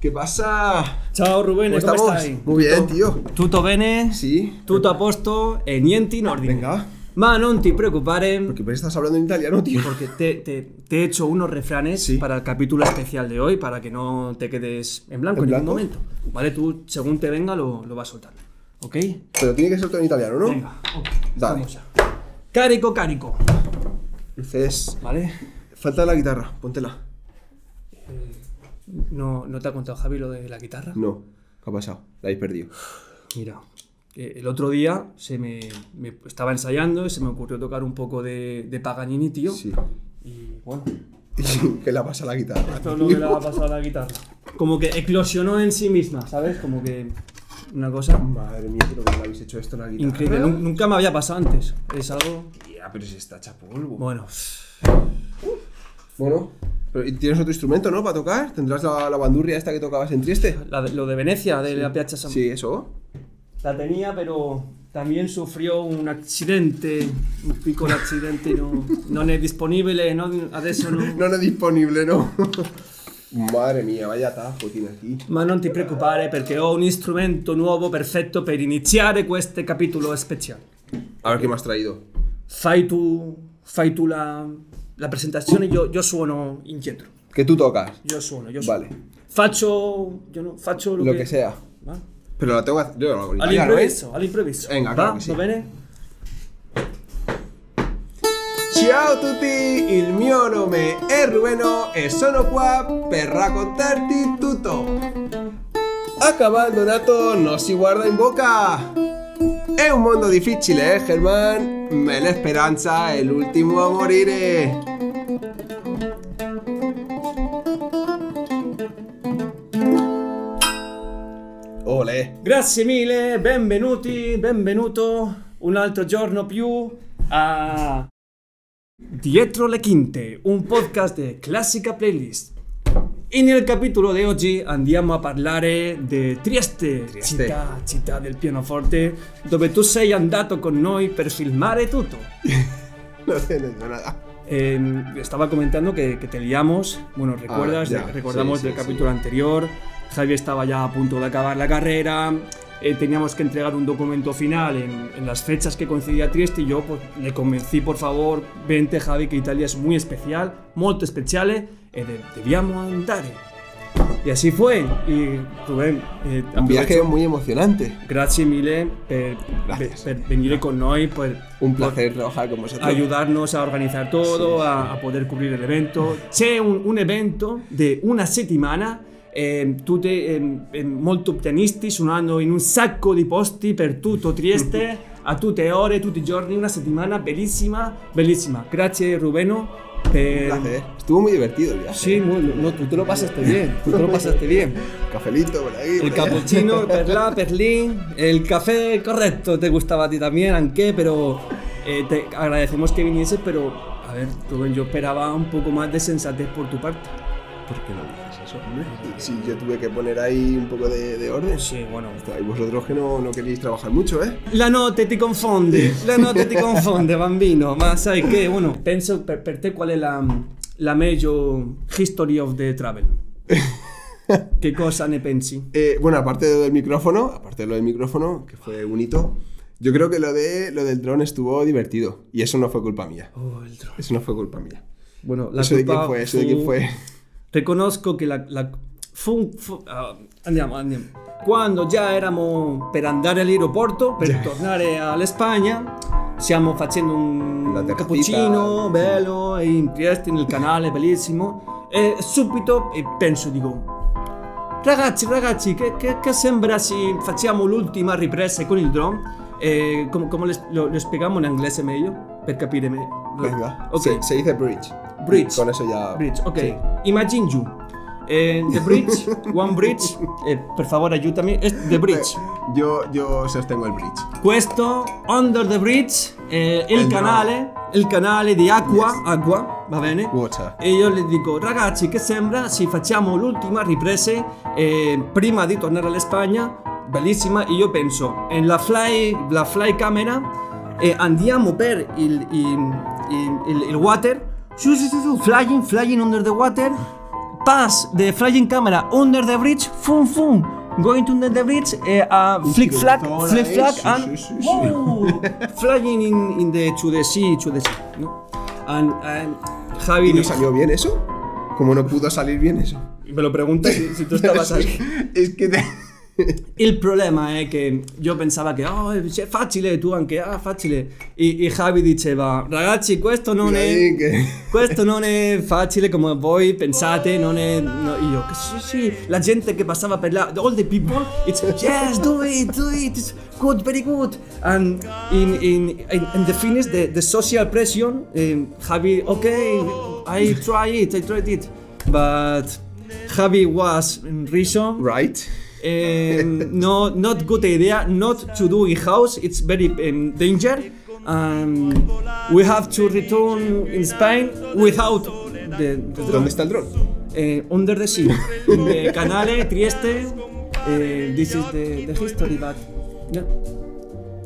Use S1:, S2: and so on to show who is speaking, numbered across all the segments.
S1: ¿Qué pasa?
S2: Ciao Rubén, ¿cómo
S1: estamos?
S2: estás?
S1: Muy bien, tío.
S2: Tutto bene?
S1: Sì.
S2: Tutto a posto e niente in ordine.
S1: Venga.
S2: Ma non ti preoccupare
S1: Porque me estás hablando en italiano, tío.
S2: porque te, te- te he hecho unos refranes
S1: Sí.
S2: para el capítulo especial de hoy para que no te quedes en
S1: ¿En
S2: blanco en,
S1: blanco?
S2: ningún momento. ¿Vale? Tú, según te venga, lo, lo vas soltando. ¿Ok?
S1: Pero tiene que ser todo en italiano, ¿no?
S2: Venga. ok,
S1: Dale.
S2: Vamos ya. Carico, carico.
S1: Entonces,
S2: ¿Vale?
S1: falta la guitarra, póntela.
S2: No, no te ha contado Javi lo de la guitarra.
S1: No. ¿Qué ha pasado? La habéis perdido.
S2: Mira, eh, el otro día se me, me- estaba ensayando y se me ocurrió tocar un poco de, de Paganini, tío.
S1: Sí.
S2: Y bueno,
S1: ¿Qué le ha pasado a la guitarra?
S2: esto es lo que le ha pasado a la guitarra. Como que eclosionó en sí misma, ¿sabes? Como que una cosa
S1: Madre mía, pero ¿cómo le habéis hecho esto a la guitarra?
S2: increíble. Nun- Nunca me había pasado antes. Es algo.
S1: Tía, pero si está hecha polvo.
S2: Bueno,
S1: Bueno. Pero, ¿y ¿Tienes otro instrumento, no? Para tocar. ¿Tendrás la, la bandurria esta que tocabas en Trieste?
S2: la de- lo de Venecia, de la Piazza San
S1: Sí, eso.
S2: La tenía, pero también sufrió un accidente, un pico de accidente, no, non è disponibile, no, adesso no.
S1: No, no es disponible, ¿no? Madre mía, vaya tajo tiene aquí.
S2: Ma non ti preoccupare perché ho un strumento nuovo perfetto per iniziare questo capitolo speciale.
S1: A ver qué me has traído.
S2: Fai tu, fai tu la, la presentazione, io, io suono indietro.
S1: Que tú tocas.
S2: Io suono, io suono.
S1: Vale.
S2: Faccio, io no- faccio lo,
S1: Lo
S2: che,
S1: que sea.
S2: va?
S1: Pero la tengo que hacer. Yo lo hago en italiano, ¿eh?
S2: All'improvviso, all'improvviso.
S1: Venga,
S2: va?
S1: claro che sì.
S2: Va bene?
S1: Ciao a tutti, il mio nome è Rubeno e sono qua per raccontarti tutto. Acaba il donato, non si guarda in bocca. È un mondo difficile, eh, Germán? Me la speranza è l'ultimo a morire. Ole.
S2: Grazie mille, benvenuti, benvenuto un altro giorno più a Dietro le Quinte, un podcast de clásica playlist. En el capítulo de oggi andiamo a parlare di Trieste,
S1: Trieste.
S2: città, città del pianoforte, dove tu sei andato con noi per filmare tutto.
S1: No entiendo nada.
S2: Eh, estaba comentando que, que te liamos. Bueno, recuerdas,
S1: Ah, ya,
S2: recordamos
S1: sí, sí,
S2: del
S1: sí.
S2: capítulo anterior. Javi estaba ya a punto de acabar la carrera. eh, teníamos que entregar un documento final en, en las fechas que coincidía Trieste y yo pues, le convencí, por favor, vente Javi, que Italia es muy especial, molto speciale, e de- debíamos andar. Y así fue. Y Rubén, eh,
S1: Un viaje
S2: aprovecho-
S1: muy emocionante.
S2: Grazie mille per,
S1: Gracias.
S2: per- per venire con noi, per,
S1: Un
S2: por-
S1: placer trabajar con vosotros.
S2: ayudarnos a organizar todo, a, a poder cubrir el evento. C'è un, un evento de una settimana, eh, tu te, eh, eh, molto pianisti suonando in un sacco di posti per tutto Trieste, a tutte ore, tutti i giorni, una settimana bellissima, bellissima. Grazie Rubeno
S1: Un
S2: per...
S1: placer. Estuvo muy divertido el viaje.
S2: Sí, muy- no, tú te lo pasaste bien, tú te lo pasaste bien.
S1: Cafelito por aquí.
S2: El
S1: por allá.
S2: cappuccino, perlá, perlín, el café correcto te gustaba a ti también, aunque, pero eh, te agradecemos que vinieses, pero a ver, Rubén, yo esperaba un poco más de sensatez por tu parte.
S1: ¿Por qué no dices eso, hombre? Sí, yo tuve que poner ahí un poco de, de orden.
S2: Sí, bueno.
S1: Y vosotros que no, no queréis trabajar mucho, ¿eh?
S2: La notte ti confonde, la notte ti confonde, bambino, ma sai che, bueno, penso per, per te qual è la, la meglio history of the travel. Che cosa ne pensi?
S1: Eh, bueno, aparte de lo del micrófono, aparte de lo del micrófono, que fue un hito, yo creo que lo, de, lo del dron estuvo divertido. Y eso no fue culpa mía.
S2: Oh, il drone.
S1: Eso no fue culpa mía.
S2: Bueno, la
S1: ¿Eso de
S2: culpa
S1: quién fue? ¿Eso de quién fue?
S2: Riconosco che la... la- fu- fu- ah, andiamo, andiamo. Quando già eravamo per andare all'aeroporto, per tornare all'Espagna, stiamo facendo
S1: Una
S2: un
S1: terrazzita.
S2: cappuccino bello e in Trieste, nel canale, bellissimo. E subito e penso, dico... Ragazzi, ragazzi, che, che- che sembra se facciamo l'ultima ripresa con il drone? E come, come le- lo, lo spieghiamo in inglese meglio? Per capire meglio.
S1: Venga.
S2: Ok.
S1: Se, se dice bridge.
S2: Bridge.
S1: Con eso ya.
S2: Bridge, ok.
S1: Sí.
S2: Imagine you. Eh, the bridge, one bridge. Eh, per favore, aiutami. Eh, the bridge.
S1: Yo, yo sostengo el bridge.
S2: Questo, under the bridge, eh, il
S1: Eh, no.
S2: canale, il canale di acqua, acqua, va bene?
S1: Water.
S2: E io le dico, ragazzi, che sembra se facciamo l'ultima ripresa eh, prima di tornare all'Espagna? Bellissima, e io penso, e la fly, la fly camera, e andiamo per il, il, il- il- il water, su, su, su, su, flying, flying under the water, pass the flying camera under the bridge, fum fum, going under the bridge, eh, uh, flick flag,
S1: director
S2: flick
S1: ahí,
S2: flag,
S1: sí, sí,
S2: and
S1: sí, sí.
S2: wow, flying in, in the to the sea, to the sea, ¿no? And, and Javi
S1: ¿Y no salió bien eso? ¿Cómo no pudo salir bien eso?
S3: Me lo preguntas si, si tú estabas
S1: Pero
S3: ahí.
S1: es- Es que te-
S2: Il problema è che io pensavo che oh, è facile, tu anche, ah, facile. E, e Javi diceva, ragazzi, questo non
S1: Ahí
S2: è...
S1: que-
S2: Questo non è facile come voi pensate, non è... no, io, sì, sì, la gente che passava per là, all the people, it's yes, do it, do it, it's good, very good. And in, in, in, in the finish, the, the social pression, um, Javi, okay, I try it, I tried it. But Javi was in reason.
S1: Right.
S2: Um, no, not good idea. Not to do in house. It's very um, danger. Um, we have to return in Spain without the. the drone.
S1: ¿Dónde está el dron?
S2: Eh, under the sea. in the Canale, Trieste. eh, this is the, the history, but. No,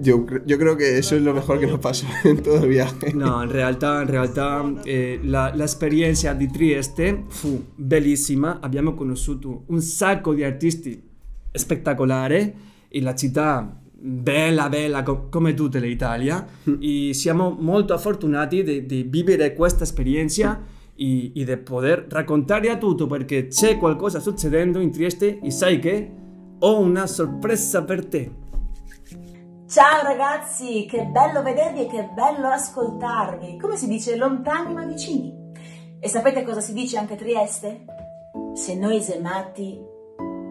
S1: Yo, cre- yo creo que eso es lo mejor que nos pasó en todo el viaje.
S2: no in realtà, in realtà eh, la, l'esperienza di Trieste fu bellissima. Abbiamo conosciuto un sacco di artisti spettacolari e la città bella, bella co- come tutte le Italia. E siamo molto fortunati di, di vivere questa esperienza. E, e di poter raccontare a tutto perché c'è qualcosa succedendo in Trieste e sai che ho una sorpresa per te.
S4: Ciao ragazzi, che bello vedervi e che bello ascoltarvi. Come si dice lontani ma vicini. E sapete cosa si dice anche a Trieste? Se noi esemati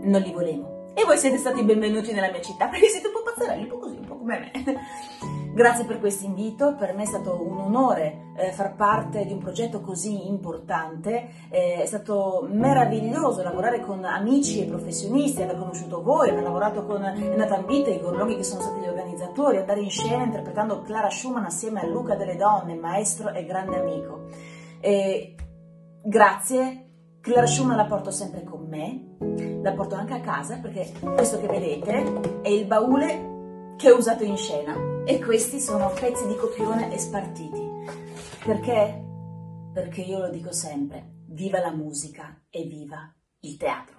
S4: non li volevo. E voi siete stati benvenuti nella mia città perché siete un po' pazzerelli, un po' così, un po' come me. Grazie per questo invito, per me è stato un onore eh, far parte di un progetto così importante, Eh, è stato meraviglioso lavorare con amici e professionisti, aver conosciuto voi, aver lavorato con Nathan Vita e i colleghi che sono stati gli organizzatori, andare in scena interpretando Clara Schumann assieme a Luca delle Donne, maestro e grande amico. E grazie, Clara Schumann la porto sempre con me, la porto anche a casa perché questo che vedete è il baule che ho usato in scena e questi sono pezzi di copione e spartiti. Perché? Perché io lo dico sempre, viva la musica e viva il teatro.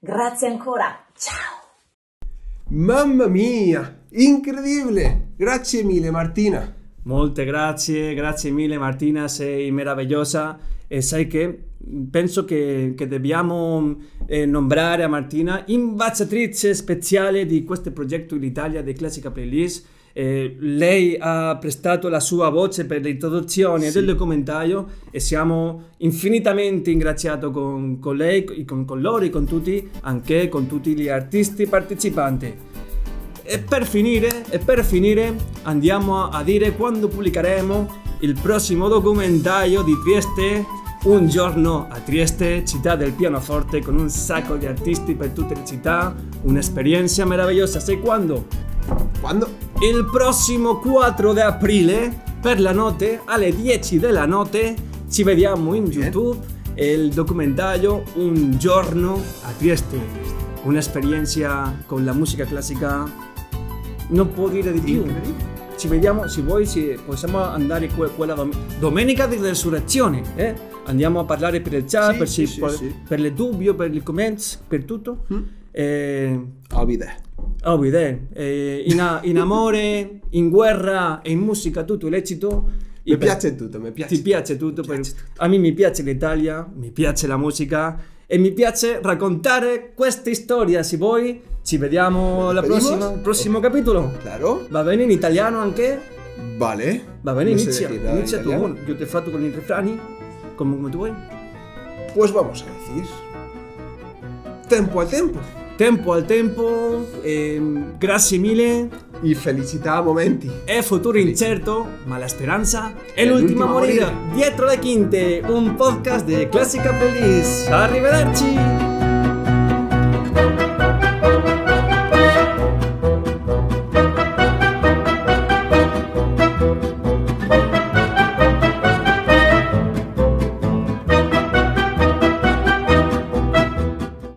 S4: Grazie ancora, ciao!
S1: ¡Mamma mía! ¡Increíble! Grazie mille, Martina.
S2: Molte grazie, grazie mille Martina, sei meravigliosa e sai che penso che, che dobbiamo eh, nombrare a Martina imbazzatrice speciale di questo progetto in Italia di Classica Playlist. Eh, lei ha prestato la sua voce per l'introduzione del documentario e siamo infinitamente ringraziati con, con lei, e con, con loro e con tutti, anche con tutti gli artisti partecipanti. E per finire, e per finire, andiamo a, a dire quando pubblicheremo il prossimo documentario di Trieste. Un giorno a Trieste, città del pianoforte, con un sacco di artisti per tutte le città, un'esperienza meravigliosa. Sai quando?
S1: ¿Cuándo?
S2: Il prossimo 4 di aprile, per la notte, alle 10 della notte, ci vediamo in YouTube il documentario Un giorno a Trieste. Un'esperienza con la musica classica non può dire di più.
S1: Incredibile.
S2: Ci vediamo, se vuoi, se possiamo andare que- quella dom- domenica di resurrezione. eh? Andiamo a parlare per il chat,
S1: Sì,
S2: per,
S1: sì,
S2: se-
S1: sì,
S2: per,
S1: sì. Mm.
S2: per le dubbi, per i commenti, per tutto. Eh,
S1: Olvidé.
S2: Oh, vide. Eh, in, a- in amore, in guerra e in musica tutto l'esito.
S1: Me piace tutto, me piace.
S2: Ti piace tutto. per- A me mi piace l'Italia, mi piace la musica e mi piace raccontare questa storia. Se voi ci vediamo al
S1: despedimos?
S2: prossimo capitolo.
S1: Claro.
S2: Va bene in italiano anche?
S1: Vale.
S2: Va bene,
S1: No sé
S2: inizia,
S1: decir nada en
S2: inizia tu.
S1: italiano.
S2: Io ti fatto con i refrani, come, come tu vuoi.
S1: Pues vamos a decir. Tempo al tempo.
S2: Tempo al tempo, ehm, grazie mille.
S1: Y felicitaba momenti.
S2: È futuro incerto, ma la speranza è
S1: È l'ultima
S2: l'ultima a morire. Dietro le quinte, un podcast di Classica Feliz. Arrivederci!